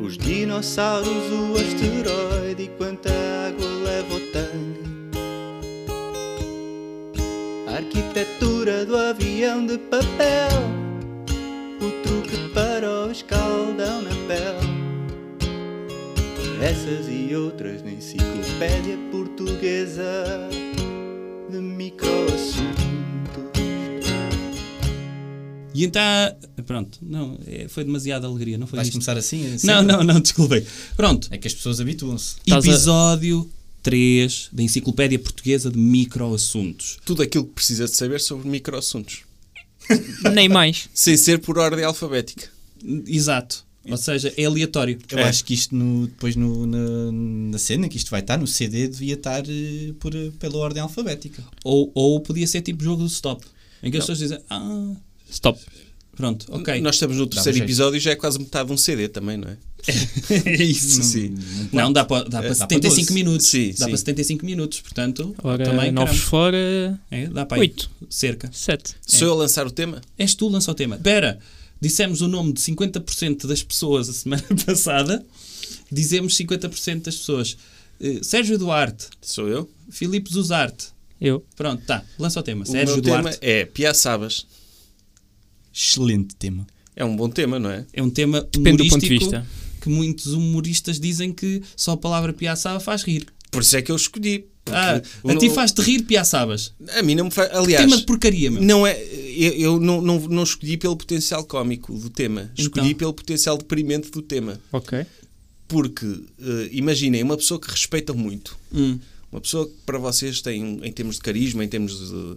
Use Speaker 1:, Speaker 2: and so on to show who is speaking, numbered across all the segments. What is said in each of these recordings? Speaker 1: Os dinossauros, o asteroide e quanta água leva o tanque. A arquitetura do avião de papel, o truque para o escaldão na pele. Essas e outras na enciclopédia portuguesa de microassuntos.
Speaker 2: E então, pronto, não, é, foi demasiada alegria, não foi É
Speaker 3: Vais
Speaker 2: isto.
Speaker 3: começar assim? assim?
Speaker 2: Não, não, não, desculpei. Pronto,
Speaker 3: É que as pessoas habituam-se.
Speaker 4: Estás a-
Speaker 2: episódio 3 da Enciclopédia Portuguesa de Microassuntos.
Speaker 5: Tudo aquilo que precisas de saber sobre microassuntos.
Speaker 4: Nem mais.
Speaker 5: Sem ser por ordem alfabética.
Speaker 2: Exato. Ou seja, é aleatório.
Speaker 3: Eu acho que isto no- depois no- na, na cena que isto vai estar, no CD, devia estar eh, por, pela ordem alfabética.
Speaker 2: Ou, ou podia ser tipo jogo do stop, em que as pessoas dizem, ah,
Speaker 4: Stop.
Speaker 2: pronto, ok.
Speaker 5: Nós estamos no terceiro
Speaker 3: jeito.
Speaker 5: episódio e já é quase metade de um CD também, não é?
Speaker 2: é isso.
Speaker 5: Sim.
Speaker 2: Não, dá para dá para
Speaker 3: dá para
Speaker 2: 75
Speaker 3: 12.
Speaker 2: minutos.
Speaker 5: Sim,
Speaker 2: dá
Speaker 5: sim.
Speaker 2: para 75 minutos, portanto,
Speaker 4: Ora,
Speaker 2: também
Speaker 4: novos
Speaker 2: caramba.
Speaker 4: fora,
Speaker 2: É, dá para aí
Speaker 4: é Oito.
Speaker 2: cerca.
Speaker 4: sete.
Speaker 5: Sou eu a lançar o tema?
Speaker 2: És tu, lança o tema. Pera, dissemos o nome de 50% das pessoas a semana passada, dizemos 50% das pessoas. Eh, Sérgio Duarte,
Speaker 5: Sou eu.
Speaker 2: Filipe Zuzarte.
Speaker 4: Eu.
Speaker 2: Pronto, tá, lança o tema.
Speaker 5: O
Speaker 2: Sérgio
Speaker 5: meu tema
Speaker 2: Duarte
Speaker 5: é Piaçabas.
Speaker 3: Excelente tema.
Speaker 5: É um bom tema, não é?
Speaker 2: é um tema
Speaker 4: Depende do ponto de
Speaker 2: humorístico
Speaker 4: vista.
Speaker 2: que muitos humoristas dizem que só a palavra piaçaba faz rir.
Speaker 5: Por isso é que eu escolhi. porque
Speaker 2: Ah,
Speaker 5: o
Speaker 2: a ti
Speaker 5: no-
Speaker 2: faz-te rir piaçabas.
Speaker 5: A mim não me faz. Aliás,
Speaker 2: Tema de porcaria, meu.
Speaker 5: não é, eu, eu não, não, não escolhi pelo potencial cómico do tema. Escolhi
Speaker 2: Então.
Speaker 5: pelo potencial deprimente do tema.
Speaker 4: Ok.
Speaker 5: Porque, eh, imaginem, uma pessoa que respeitam muito,
Speaker 2: Hum.
Speaker 5: uma pessoa que para vocês tem, um- em termos de carisma, em termos de,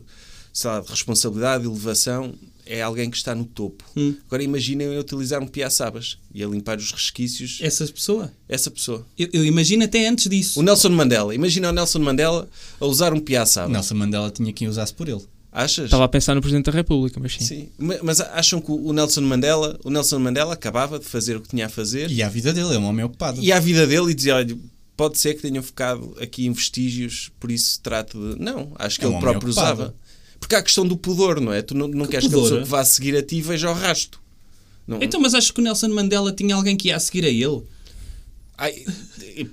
Speaker 5: sei lá, de responsabilidade, de elevação, é alguém que está no topo.
Speaker 2: Hum.
Speaker 5: Agora imaginem eu utilizar um piaçabas e a limpar os resquícios
Speaker 2: Essa pessoa.
Speaker 5: essa pessoa.
Speaker 2: Eu, eu imagino até antes disso.
Speaker 5: O Nelson Mandela. Imagina o Nelson Mandela a usar um piaçaba.
Speaker 3: Nelson Mandela tinha quem usasse por ele.
Speaker 5: Achas?
Speaker 4: Estava a pensar no Presidente da República, mas sim.
Speaker 5: Sim. Ma- Mas acham que o Nelson Mandela, o Nelson Mandela acabava de fazer o que tinha a fazer
Speaker 3: E a vida dele é um homem ocupado.
Speaker 5: e à vida dele e dizia, olha, pode ser que tenham ficado aqui em vestígios, por isso trato de... Não, acho que
Speaker 3: É um
Speaker 5: ele
Speaker 3: homem
Speaker 5: próprio
Speaker 3: ocupado.
Speaker 5: usava. Porque há a questão do pudor, não é? Tu não, não queres
Speaker 2: pudor,
Speaker 5: que a pessoa
Speaker 2: é?
Speaker 5: que vá seguir a ti veja o rasto. Não,
Speaker 2: Então, mas acho que o Nelson Mandela tinha alguém que ia a seguir a ele.
Speaker 5: Ai,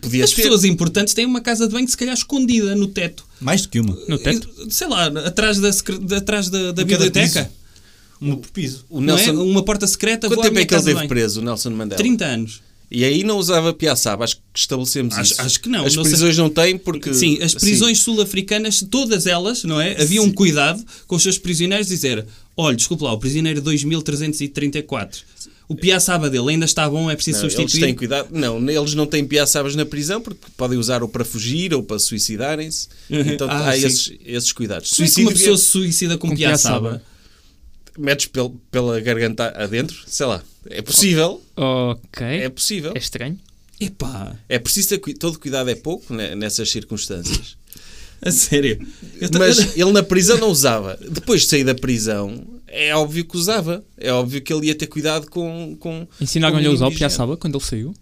Speaker 5: podia
Speaker 2: As
Speaker 5: ter.
Speaker 2: pessoas importantes têm uma casa de banho, se calhar, escondida no teto.
Speaker 3: Mais do que uma.
Speaker 4: No teto?
Speaker 2: Eu- Sei lá, atrás da, secre- de- atrás da, da
Speaker 5: Um
Speaker 3: Em cada
Speaker 2: biblioteca.
Speaker 3: piso. Uma por piso.
Speaker 5: O
Speaker 2: Não é?
Speaker 5: Nelson...
Speaker 2: Uma porta secreta.
Speaker 5: Quanto
Speaker 2: vou à
Speaker 5: tempo
Speaker 2: minha
Speaker 5: é que ele
Speaker 2: casa de
Speaker 5: teve
Speaker 2: banho.
Speaker 5: preso, o Nelson Mandela?
Speaker 2: 30 anos.
Speaker 5: E aí não usava piaçaba, acho que estabelecemos
Speaker 2: Acho-
Speaker 5: isso.
Speaker 2: acho que não,
Speaker 5: As
Speaker 2: não sei-
Speaker 5: prisões não têm porque... assim,
Speaker 2: Sim, as prisões sul-africanas, todas elas, não é? Havia um cuidado com os seus prisioneiros dizer: olha, desculpe lá, o prisioneiro é 2334. O piaçaba dele ainda está bom, é preciso
Speaker 5: Não, Eles
Speaker 2: substituir.
Speaker 5: têm cuidado. Não, eles não têm piaçabas na prisão porque podem usar ou para fugir ou para suicidarem-se. Então
Speaker 2: Ah,
Speaker 5: há
Speaker 2: sim.
Speaker 5: esses, esses cuidados.
Speaker 2: Como é que uma
Speaker 5: Suicídio,
Speaker 2: pessoa se suicida com,
Speaker 4: Com
Speaker 2: piaçaba?
Speaker 4: piaçaba?
Speaker 5: metes pel- pela garganta adentro, sei lá. É possível,
Speaker 4: Ok.
Speaker 5: é
Speaker 4: É,
Speaker 5: possível.
Speaker 4: estranho.
Speaker 2: Epá,
Speaker 5: É preciso ter cui- todo cuidado é pouco né, nessas circunstâncias.
Speaker 2: a sério. Eu ta-
Speaker 5: Mas ele na prisão não usava. Depois de sair da prisão, é óbvio que usava. É óbvio que ele ia ter cuidado com. com
Speaker 4: Ensinaram-lhe a
Speaker 5: com
Speaker 4: usar o
Speaker 5: mínimo higiene.
Speaker 4: piaçaba quando ele saiu?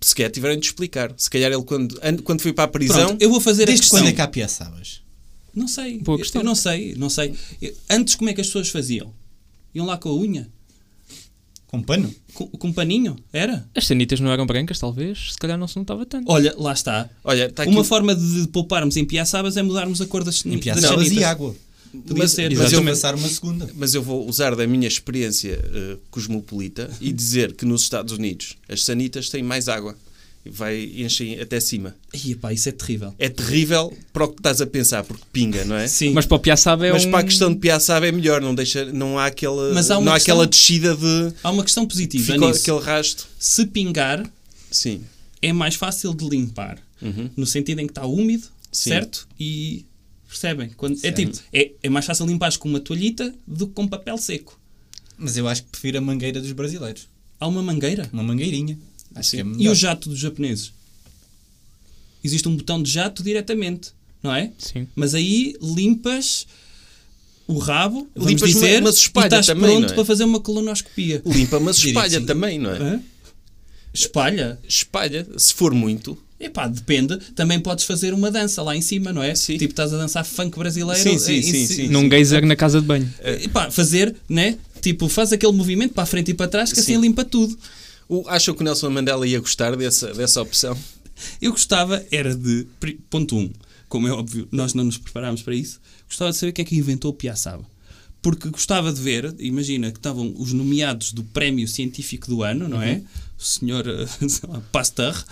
Speaker 5: Sequer tiveram de explicar. Se calhar ele, quando, an- quando foi para a prisão,
Speaker 2: Pronto, eu vou fazer a
Speaker 3: Desde
Speaker 2: questão.
Speaker 3: quando é que há piaçabas?
Speaker 2: Não sei.
Speaker 4: Boa
Speaker 2: eu,
Speaker 4: questão.
Speaker 2: eu não sei, não sei. Eu- Antes como é que as pessoas faziam? Iam lá com a unha?
Speaker 3: Com pano?
Speaker 2: Com, com um paninho? Era?
Speaker 4: As sanitas não eram brancas, talvez. Se calhar não se notava tanto.
Speaker 2: Olha, lá está.
Speaker 5: Olha, está Tá aqui
Speaker 2: Uma forma de pouparmos em piaçabas é mudarmos a cor das
Speaker 3: Em
Speaker 2: das
Speaker 3: piaçabas e
Speaker 2: chanitas.
Speaker 3: água.
Speaker 2: Podia
Speaker 5: Mas-
Speaker 2: ser.
Speaker 3: Mas
Speaker 5: Mas
Speaker 3: eu
Speaker 5: eu-
Speaker 3: pensar uma segunda.
Speaker 5: Mas eu vou usar da minha experiência eh, cosmopolita e dizer que nos Estados Unidos as sanitas têm mais água. Vai, enchem até cima.
Speaker 2: Ih, pá, isso é terrível.
Speaker 5: É terrível para o que estás a pensar, porque pinga, não é?
Speaker 2: Sim.
Speaker 4: Mas para o piaçaba é
Speaker 5: Mas
Speaker 4: um...
Speaker 5: para a questão de piaçaba é melhor, não, deixa, não há aquela,
Speaker 2: Mas há uma
Speaker 5: não há
Speaker 2: questão-
Speaker 5: aquela descida de.
Speaker 2: Há uma questão positiva
Speaker 5: Ficou
Speaker 2: nisso.
Speaker 5: aquele rasto.
Speaker 2: Se pingar,
Speaker 5: Sim.
Speaker 2: é mais fácil de limpar. No sentido em que está úmido,
Speaker 5: Uhum. Sim.
Speaker 2: certo? E percebem? Quando, é tipo, é, é mais fácil limpar com uma toalhita do que com papel seco.
Speaker 3: Mas eu acho que prefiro a mangueira dos brasileiros.
Speaker 2: Há uma mangueira.
Speaker 3: Uma mangueirinha. Acho que é
Speaker 2: E
Speaker 3: melhor.
Speaker 2: o jato dos japoneses? Existe um botão de jato diretamente, não é?
Speaker 4: Sim.
Speaker 2: Mas aí limpas o rabo, vamos
Speaker 5: Limpas,
Speaker 2: dizer,
Speaker 5: mas espalha
Speaker 2: e estás
Speaker 5: também,
Speaker 2: pronto
Speaker 5: não é?
Speaker 2: para fazer uma colonoscopia.
Speaker 5: Limpa, mas
Speaker 3: Diria que
Speaker 5: espalha
Speaker 3: sim.
Speaker 5: também, não é?
Speaker 2: Hã? Espalha?
Speaker 5: Espalha, se for muito.
Speaker 2: Epá, depende. Também podes fazer uma dança lá em cima, não é?
Speaker 5: Sim.
Speaker 2: Tipo, estás a dançar funk brasileiro.
Speaker 5: Sim, sim,
Speaker 2: eh, em
Speaker 5: sim,
Speaker 2: si-
Speaker 5: sim. É.
Speaker 4: Num geyser na casa de banho.
Speaker 2: Epá, fazer, né? Tipo, faz aquele movimento para a frente e para trás que assim limpa tudo.
Speaker 5: O- acham que o Nelson Mandela ia gostar dessa, dessa opção?
Speaker 2: Eu gostava, era de. pri- Ponto 1. Um, como é óbvio, nós não nos preparámos para isso. Gostava de saber quem é que inventou o Piaçaba. Porque gostava de ver, imagina que estavam os nomeados do Prémio Científico do Ano, não
Speaker 5: Uhum.
Speaker 2: é? O senhor eh, sei lá, Pasteur,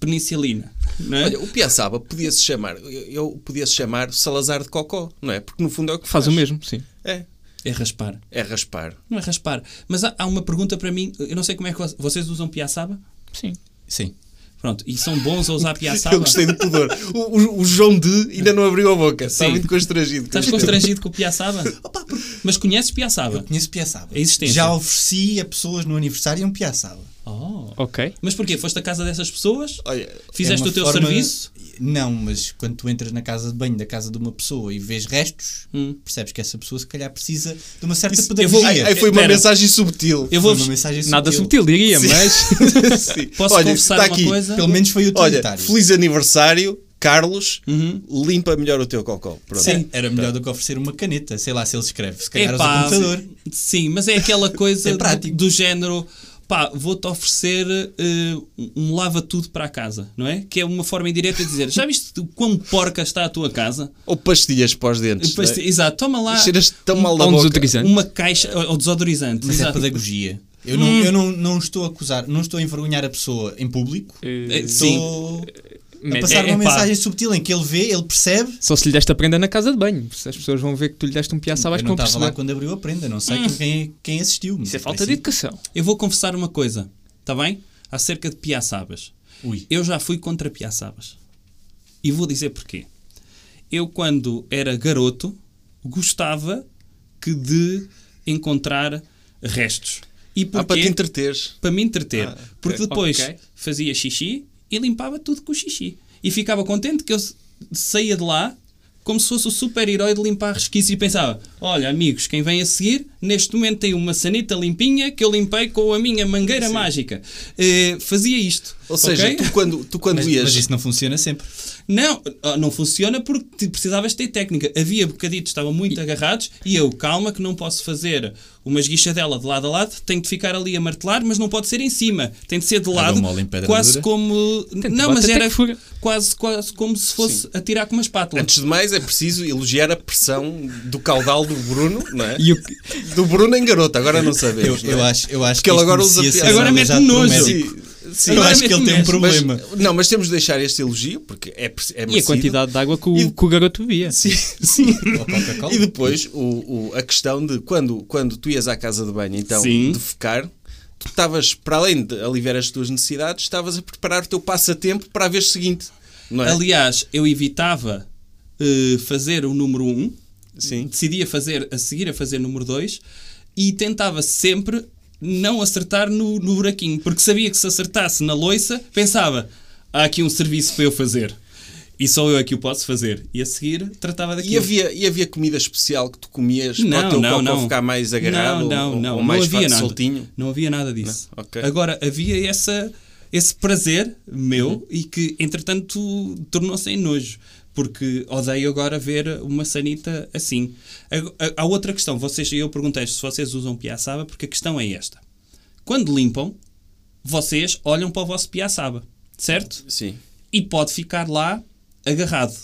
Speaker 2: penicilina. Não é?
Speaker 5: Olha, o Piaçaba podia-se chamar, eu, eu podia-se chamar Salazar de Cocó, não é? Porque no fundo é o que
Speaker 4: Faz o mesmo, sim.
Speaker 5: É,
Speaker 2: É raspar.
Speaker 5: é raspar.
Speaker 2: Não é raspar. Mas há, há uma pergunta para mim, eu não sei como é que vo- vocês usam Piaçaba?
Speaker 4: Sim.
Speaker 3: Sim.
Speaker 2: Pronto, e são bons a usar Piaçaba?
Speaker 5: Eu gostei do pudor. O, o- o João de ainda não abriu a boca, está
Speaker 2: Sim.
Speaker 5: muito constrangido.
Speaker 2: Estás constrangido com o Piaçaba? Mas conheces Piaçaba?
Speaker 3: Conheço piaçaba.
Speaker 2: A existência.
Speaker 3: Já ofereci a pessoas no aniversário um piaçaba.
Speaker 2: Oh.
Speaker 4: Ok.
Speaker 2: Mas porquê? Foste à casa dessas pessoas?
Speaker 5: Olha,
Speaker 2: Fizeste
Speaker 3: É uma
Speaker 2: o teu
Speaker 3: forma-
Speaker 2: serviço?
Speaker 3: Não, mas quando tu entras na casa de banho da casa de uma pessoa e vês restos, percebes que essa pessoa se calhar precisa de uma certa
Speaker 2: Hum. eu vou-
Speaker 3: pedagogia.
Speaker 5: ai, ai, foi uma
Speaker 2: Espera.
Speaker 5: mensagem subtil.
Speaker 2: Eu vou
Speaker 3: Foi uma mensagem
Speaker 4: Nada
Speaker 3: sutil.
Speaker 4: subtil, diria, mas.
Speaker 5: Sim.
Speaker 2: Posso confessar
Speaker 5: está
Speaker 2: uma coisa?
Speaker 3: Pelo menos foi
Speaker 5: Olha,
Speaker 3: utilitário.
Speaker 5: feliz aniversário, Carlos. Limpa melhor o teu cocó. Pronto.
Speaker 2: Sim. Tá.
Speaker 3: Era melhor do que oferecer uma caneta. Sei lá se ele escreve. Se calhar usa
Speaker 2: Epá,
Speaker 3: computador.
Speaker 2: Sim, mas é aquela coisa
Speaker 3: É
Speaker 2: do-
Speaker 3: prático.
Speaker 2: do, género. Pá, vou-te oferecer eh, um lava-tudo para a casa, não é? Que é uma forma indireta de dizer: já viste o quão porca está a tua casa?
Speaker 5: Ou pastilhas para os dentes.
Speaker 2: Depois,
Speaker 5: não é?
Speaker 2: Exato, toma lá
Speaker 5: Cheiras tão mal da
Speaker 4: Ou um
Speaker 5: boca.
Speaker 4: desodorizante.
Speaker 2: uma caixa ou ou desodorizante.
Speaker 3: Mas é
Speaker 2: exato. Hum.
Speaker 3: pedagogia. Eu, não, eu não, não estou a acusar, não estou a envergonhar a pessoa em público.
Speaker 2: Eh, Sim.
Speaker 3: Estou a
Speaker 4: Mas-
Speaker 3: passar
Speaker 2: é-
Speaker 3: uma
Speaker 2: epá.
Speaker 3: mensagem subtil em que ele vê, ele percebe.
Speaker 4: Só se lhe deste a prenda na casa de banho. Se as pessoas vão ver que tu lhe deste um piaçá, vais
Speaker 3: eu não
Speaker 4: com
Speaker 3: estava lá
Speaker 4: perceber.
Speaker 3: quando abriu a prenda, não
Speaker 2: Hum.
Speaker 3: sei quem, quem assistiu.
Speaker 4: Isso é falta de educação.
Speaker 2: Eu vou confessar uma coisa, está bem? Acerca de piaçabas.
Speaker 3: Ui.
Speaker 2: Eu já fui contra piaçabas. E vou dizer porquê. Eu, quando era garoto, gostava que de encontrar restos. E porquê?
Speaker 5: Ah, para te entreteres.
Speaker 2: Para me entreter.
Speaker 5: Ah,
Speaker 2: Porque depois
Speaker 4: Ok.
Speaker 2: fazia xixi e limpava tudo com xixi. E ficava contente que eu s- saía de lá como se fosse o super-herói de limpar resquícios e pensava: olha, amigos, quem vem a seguir, neste momento tem uma sanita limpinha que eu limpei com a minha mangueira mágica. Eh, fazia isto.
Speaker 5: Ou seja,
Speaker 2: ok?
Speaker 5: tu quando, tu quando
Speaker 3: Mas,
Speaker 5: ias.
Speaker 3: mas isso não funciona sempre.
Speaker 2: Não, ah, não funciona porque te- precisavas ter técnica. Havia bocaditos, que estavam muito agarrados e eu, calma, que não posso fazer uma esguichadela de lado a lado, tenho de ficar ali a martelar, mas não pode ser em cima, tem de ser de lado,
Speaker 3: mole em pedra
Speaker 2: quase
Speaker 3: dura.
Speaker 2: como.
Speaker 4: Tenta
Speaker 2: não,
Speaker 4: bater
Speaker 2: mas
Speaker 4: até
Speaker 2: era
Speaker 4: que Então, fura.
Speaker 2: quase, quase como se fosse atirar com uma espátula.
Speaker 5: Antes de mais, é preciso elogiar a pressão do caudal do Bruno, não é?
Speaker 4: E o-
Speaker 5: Do Bruno em garoto, agora não
Speaker 3: Eu,
Speaker 5: sabemos. não é?
Speaker 3: eu acho, eu acho
Speaker 5: Porque ele
Speaker 3: isto
Speaker 5: agora usa
Speaker 3: merecia
Speaker 5: piada.
Speaker 3: ser
Speaker 2: Agora mete-me
Speaker 3: analisado por um
Speaker 2: nojo.
Speaker 3: médico.
Speaker 5: Sim, sim.
Speaker 3: Eu
Speaker 2: Agora
Speaker 3: acho que ele
Speaker 2: mete-me
Speaker 3: tem um
Speaker 2: nojo.
Speaker 5: Mas-
Speaker 3: problema.
Speaker 5: não, mas temos de deixar este elogio porque é, pre- é
Speaker 4: E a
Speaker 5: merecido.
Speaker 4: quantidade de água que o, que o garoto bebia.
Speaker 5: Sim, sim.
Speaker 3: Ou Coca-Cola.
Speaker 5: E depois o- o- a questão de quando, quando tu ias à casa de banho, então,
Speaker 2: Sim.
Speaker 5: de focar, tu estavas, para além de aliviar as tuas necessidades, estavas a preparar o teu passatempo para a vez seguinte. Não é?
Speaker 2: Aliás, eu evitava eh, fazer o número 1, um,
Speaker 5: Sim.
Speaker 2: decidia fazer a seguir a fazer o número 2 e tentava sempre não acertar no, no buraquinho, porque sabia que se acertasse na loiça, pensava: há aqui um serviço para eu fazer e só eu é que o posso fazer. E a seguir tratava daquilo.
Speaker 5: E havia, e havia comida especial que tu comias para o
Speaker 2: Não,
Speaker 5: teu
Speaker 2: não,
Speaker 5: copo
Speaker 2: não.
Speaker 5: ficar mais agarrado
Speaker 2: não, não,
Speaker 5: ou,
Speaker 2: não,
Speaker 5: ou mais
Speaker 2: não havia
Speaker 5: fa-
Speaker 2: nada.
Speaker 5: soltinho?
Speaker 2: Não havia nada disso.
Speaker 5: Não, ok.
Speaker 2: Agora, havia essa, esse prazer meu
Speaker 5: Uhum.
Speaker 2: e que, entretanto, tornou-se em nojo. Porque odeio agora ver uma sanita assim. A, a- a outra questão, vocês, eu perguntei se vocês usam piaçaba, porque a questão é esta. Quando limpam, vocês olham para o vosso piaçaba, certo?
Speaker 5: Sim.
Speaker 2: e pode ficar lá agarrado.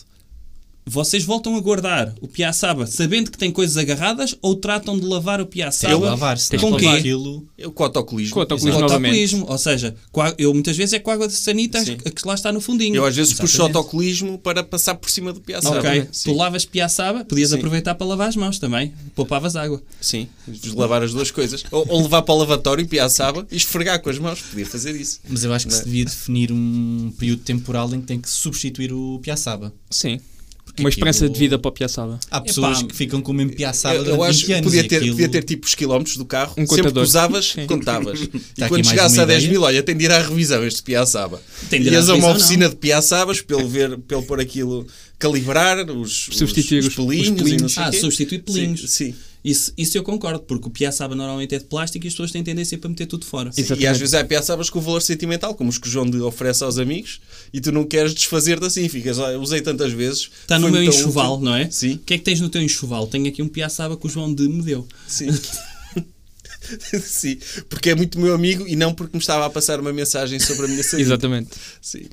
Speaker 2: Vocês voltam a guardar o piaçaba sabendo que tem coisas agarradas ou tratam de lavar o
Speaker 3: Tem que
Speaker 2: piaçaba
Speaker 3: lavar-se.
Speaker 2: com
Speaker 3: não é?
Speaker 2: quê?
Speaker 3: Aquilo-
Speaker 5: Eu, com o autocolismo.
Speaker 4: Com o autocolismo.
Speaker 2: Com
Speaker 4: Exato.
Speaker 2: autocolismo. Ou seja, com a- eu muitas vezes é com a água de sanita
Speaker 5: Sim.
Speaker 2: a que lá está no fundinho.
Speaker 5: Eu às vezes puxo o
Speaker 3: Exatamente.
Speaker 5: autocolismo para passar por cima do piaçaba.
Speaker 2: Ok,
Speaker 5: Sim.
Speaker 2: tu lavas piaçaba, podias
Speaker 5: Sim.
Speaker 2: aproveitar para lavar as mãos também. Poupavas água.
Speaker 5: Sim, lavar as duas coisas. Ou, ou levar para o lavatório, piaçaba, e esfregar com as mãos. Podia fazer isso.
Speaker 3: Mas eu acho que se devia definir um período temporal em que tem que substituir o piaçaba.
Speaker 4: Sim.
Speaker 3: Porque
Speaker 4: Uma esperança
Speaker 3: aquilo-
Speaker 4: de vida para o piaçaba.
Speaker 3: Há pessoas
Speaker 2: Epá,
Speaker 3: que ficam com o mesmo piaçaba
Speaker 5: Eu, eu
Speaker 3: durante
Speaker 5: acho
Speaker 3: 20
Speaker 5: que
Speaker 3: anos.
Speaker 5: podia
Speaker 3: e
Speaker 5: ter,
Speaker 3: aquilo-
Speaker 5: podia ter tipo os quilómetros do carro.
Speaker 4: Um
Speaker 5: Sempre que
Speaker 4: contador.
Speaker 5: usavas,
Speaker 4: Sim.
Speaker 5: contavas.
Speaker 2: Tá
Speaker 3: Está
Speaker 5: e
Speaker 3: aqui
Speaker 5: quando
Speaker 3: mais
Speaker 5: chegasse
Speaker 3: uma
Speaker 5: a 10
Speaker 3: ideia.
Speaker 5: mil, olha, tem de ir à revisão este piaçaba.
Speaker 2: Tem de ir à
Speaker 5: Ias a uma
Speaker 2: revisão,
Speaker 5: oficina de piaçabas pelo ver, pelo pôr aquilo, calibrar os, os-
Speaker 4: Substituir os- os
Speaker 5: pelinhos, e não
Speaker 4: pelinhos.
Speaker 5: sei
Speaker 2: Ah,
Speaker 5: quê.
Speaker 2: substitui pelinhos.
Speaker 5: Sim, sim.
Speaker 2: Isso, isso eu concordo, porque o piaçaba normalmente é de plástico e as pessoas têm tendência para meter tudo fora.
Speaker 5: E às vezes há piaçabas com valor sentimental, como os que o João de oferece aos amigos, e tu não queres desfazer-te assim. Ficas, "Ah, usei tantas vezes.
Speaker 2: Está Tá no
Speaker 5: foi-me
Speaker 2: meu
Speaker 5: tão
Speaker 2: enxoval,
Speaker 5: útil."
Speaker 2: não é?
Speaker 5: Sim.
Speaker 2: O que é que tens no teu enxoval? Tenho aqui um piaçaba que o João de me deu.
Speaker 5: Sim. Sim, porque é muito meu amigo e não porque me estava a passar uma mensagem sobre a minha saída.
Speaker 4: Exatamente.
Speaker 5: Sim.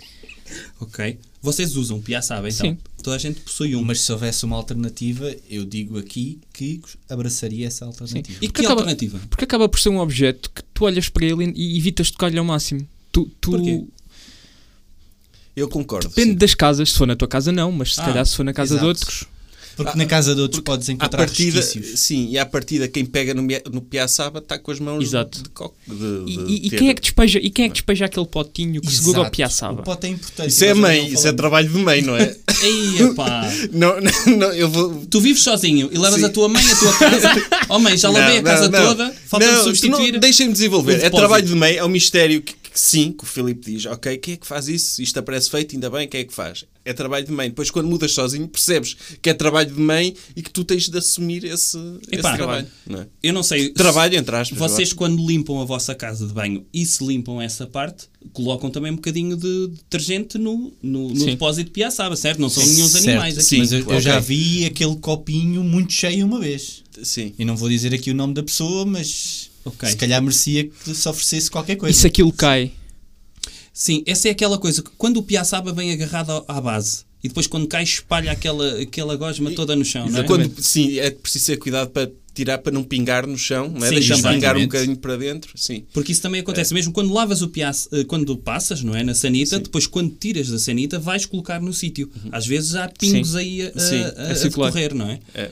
Speaker 2: Ok. Vocês usam piaçaba, então?
Speaker 4: Sim.
Speaker 2: Toda a gente possui um.
Speaker 3: Mas se houvesse uma alternativa, eu digo aqui que abraçaria essa alternativa.
Speaker 2: e
Speaker 4: porque
Speaker 2: que
Speaker 4: acaba-
Speaker 2: alternativa?
Speaker 4: Porque acaba por ser um objeto que tu olhas para ele e evitas tocar-lhe ao máximo. Tu, tu-
Speaker 2: Porquê?
Speaker 5: Eu concordo.
Speaker 4: depende
Speaker 5: sim.
Speaker 4: das casas, se for na tua casa não, mas se
Speaker 2: Ah,
Speaker 4: calhar se for na casa
Speaker 3: exato.
Speaker 4: de outros,
Speaker 3: Porque
Speaker 5: Ah,
Speaker 3: na casa de outros
Speaker 5: porque
Speaker 3: podes
Speaker 5: À
Speaker 3: encontrar
Speaker 5: partida,
Speaker 3: resquícios.
Speaker 5: sim, e à partida quem pega no, mia- no piaçaba está com as mãos
Speaker 4: Exato.
Speaker 5: de coque. de-
Speaker 4: E-
Speaker 5: de
Speaker 4: e, e
Speaker 5: ter-
Speaker 4: quem é que despeja, e quem é que despeja aquele potinho que segura o
Speaker 3: Exato.
Speaker 4: piaçaba?
Speaker 3: O pote é importante.
Speaker 5: Isso é
Speaker 3: nós
Speaker 5: mãe,
Speaker 3: não
Speaker 5: isso é
Speaker 3: falamos.
Speaker 5: trabalho de mãe, não é?
Speaker 2: Ei, epá.
Speaker 5: não, não, não, eu vou,
Speaker 2: Tu vives sozinho e levas
Speaker 5: Sim.
Speaker 2: a tua mãe à tua casa. Oh mãe, já lavei a casa toda. Falta-me
Speaker 5: Não,
Speaker 2: substituir.
Speaker 5: não, Deixem-me
Speaker 2: o
Speaker 5: desenvolver. É
Speaker 2: depósito.
Speaker 5: trabalho de meio, é um mistério que, que sim, que o Filipe diz. Ok, quem é que faz isso? Isto aparece feito, ainda bem, quem é que faz? É trabalho de mãe. Depois, quando mudas sozinho, percebes que é trabalho de mãe e que tu tens de assumir esse, esse
Speaker 2: Epá,
Speaker 5: trabalho. não é?
Speaker 2: Eu não sei. se
Speaker 5: Trabalho, entre aspas.
Speaker 2: Vocês, quando limpam a vossa casa de banho e se limpam essa parte, colocam também um bocadho de detergente no, no, no
Speaker 4: Sim.
Speaker 2: depósito de piaçaba, certo? Não são nenhum
Speaker 3: Certo,
Speaker 2: animais aqui.
Speaker 5: sim.
Speaker 3: Mas eu, eu
Speaker 5: Ok.
Speaker 3: já vi aquele copinho muito cheio uma vez.
Speaker 5: vá. Sim.
Speaker 3: E não vou dizer aqui o nome da pessoa, mas
Speaker 2: Ok.
Speaker 3: se calhar merecia que se oferecesse qualquer
Speaker 4: E
Speaker 3: coisa.
Speaker 5: é
Speaker 4: se aquilo cai?
Speaker 2: Sim, essa é aquela coisa que quando o piaçaba vem agarrado ao- à base e depois quando cai espalha aquela, aquela gosma toda no chão, não é?
Speaker 5: Mas quando, sim, é preciso ter cuidado para tirar, para não pingar no chão, não é?
Speaker 2: Sim,
Speaker 5: Deixar
Speaker 2: exatamente.
Speaker 5: pingar um bocadinho para dentro. Sim.
Speaker 2: Porque isso também acontece
Speaker 4: É.
Speaker 2: mesmo quando lavas o piaço, eh, quando passas, não é? Na sanita, depois quando tiras da sanita vais colocar no sítio. Às vezes há pingos
Speaker 4: Uhum. Sim.
Speaker 2: aí a, a,
Speaker 5: Sim,
Speaker 2: a-
Speaker 4: a
Speaker 2: a
Speaker 4: circular.
Speaker 2: decorrer, não é?
Speaker 5: É.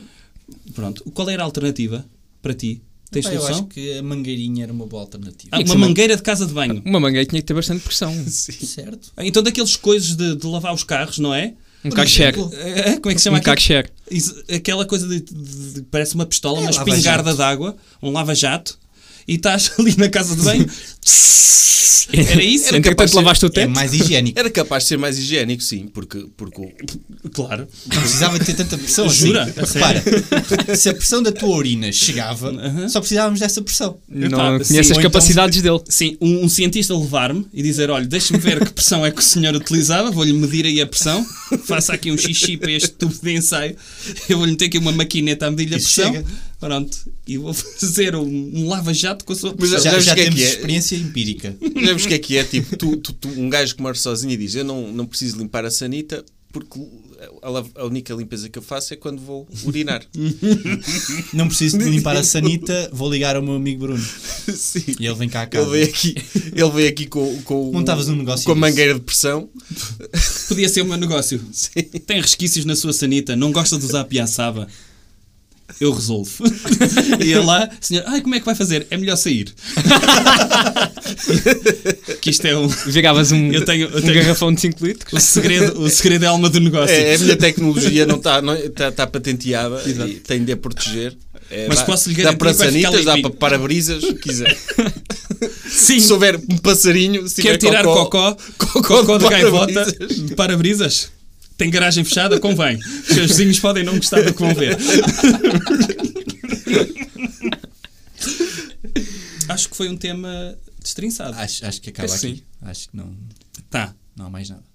Speaker 2: Pronto. Qual era a alternativa para ti? Tens
Speaker 3: Pá, eu acho
Speaker 2: solução?
Speaker 3: que a mangueirinha era uma boa alternativa.
Speaker 2: Ah,
Speaker 4: Tinha que
Speaker 2: uma
Speaker 4: ser uma-
Speaker 2: mangueira de casa de banho.
Speaker 4: Uma mangueira tinha que ter bastante pressão.
Speaker 3: Certo.
Speaker 2: Ah, Então daqueles coisas de, de lavar os carros, não é?
Speaker 4: Um cacher.
Speaker 3: exemplo.
Speaker 2: Eh, Como é que se chama
Speaker 4: Um
Speaker 2: aquilo?
Speaker 4: cacher.
Speaker 2: Isso- Aquela coisa de, de- de- parece uma pistola, uma
Speaker 3: É, lava-jato.
Speaker 2: espingarda d'água, um lava-jato, e estás ali na casa de banho. Era isso? Era capaz
Speaker 4: Entretanto
Speaker 2: de-
Speaker 4: lavaste o
Speaker 3: É
Speaker 4: teto.
Speaker 3: mais higiênico.
Speaker 5: Era capaz de ser mais higiênico, sim, porque, porque o-
Speaker 2: Claro.
Speaker 3: Não precisava ter tanta pressão. assim.
Speaker 2: Jura? A sério?
Speaker 3: Repara, se a pressão da tua urina chegava, só precisávamos dessa pressão.
Speaker 4: Não
Speaker 2: Epá,
Speaker 4: conheces
Speaker 2: sim,
Speaker 4: as
Speaker 2: ou então-
Speaker 4: capacidades dele.
Speaker 2: Sim, um, um cientista levar-me e dizer: olha, deixa-me ver que pressão é que o senhor utilizava, vou-lhe medir aí a pressão, faça aqui um xixi para este tubo de ensaio, eu vou-lhe meter aqui uma maquineta a medir-lhe a
Speaker 3: Isso
Speaker 2: pressão,
Speaker 3: chega.
Speaker 2: pronto, e vou fazer um, um lava-jato com a sua
Speaker 5: Mas
Speaker 2: pressão.
Speaker 5: já
Speaker 3: Já,
Speaker 5: vos
Speaker 3: já
Speaker 5: que é
Speaker 3: temos
Speaker 5: que é.
Speaker 3: experiência empírica.
Speaker 5: Já vês o que é que é? Tipo, tu, tu- tu- um gajo que mora sozinho e diz: Eu não, não preciso limpar a sanita porque a, lav- a única limpeza que eu faço é quando vou urinar.
Speaker 3: Não preciso de limpar a sanita, vou ligar ao meu amigo Bruno.
Speaker 5: Sim.
Speaker 3: E ele vem cá a
Speaker 5: Ele
Speaker 3: casa.
Speaker 5: veio aqui, ele veio aqui com, com, o-
Speaker 3: Montavas um negócio
Speaker 5: com a
Speaker 3: disso.
Speaker 5: mangueira de pressão.
Speaker 2: Podia ser o meu negócio. Tem resquícios na sua sanita, não gosta de usar piaçaba. Eu resolvo. Ia lá, senhor, ai, como é que vai fazer? É melhor sair. que isto é um,
Speaker 4: Viravas um,
Speaker 2: Eu tenho- eu
Speaker 4: um
Speaker 2: tenho-
Speaker 4: garrafão de 5 litros.
Speaker 2: o segredo, o segredo é a alma do negócio.
Speaker 5: É, a minha tecnologia não está não, está está patenteada e tenho de a proteger. É,
Speaker 2: Mas
Speaker 5: dá-
Speaker 2: posso lhe
Speaker 5: Dá
Speaker 2: garantir
Speaker 5: para
Speaker 2: que vai ficar
Speaker 5: sanitas, dá
Speaker 2: limpinho.
Speaker 5: para para-brisas, o que quiser.
Speaker 2: Sim.
Speaker 5: Se houver um passarinho, se
Speaker 2: Quer
Speaker 5: tiver
Speaker 2: tirar cocó, cocó, de gaivota
Speaker 5: para-brisas.
Speaker 2: de para-brisas? Tem garagem fechada? Convém. Os seus vizinhos podem não gostar do que vão ver. Acho que foi um tema destrinçado. um
Speaker 3: Acho, acho que acaba
Speaker 4: Acho que
Speaker 5: É
Speaker 3: aqui. Acho que não,
Speaker 2: Tá.
Speaker 3: não há mais nada.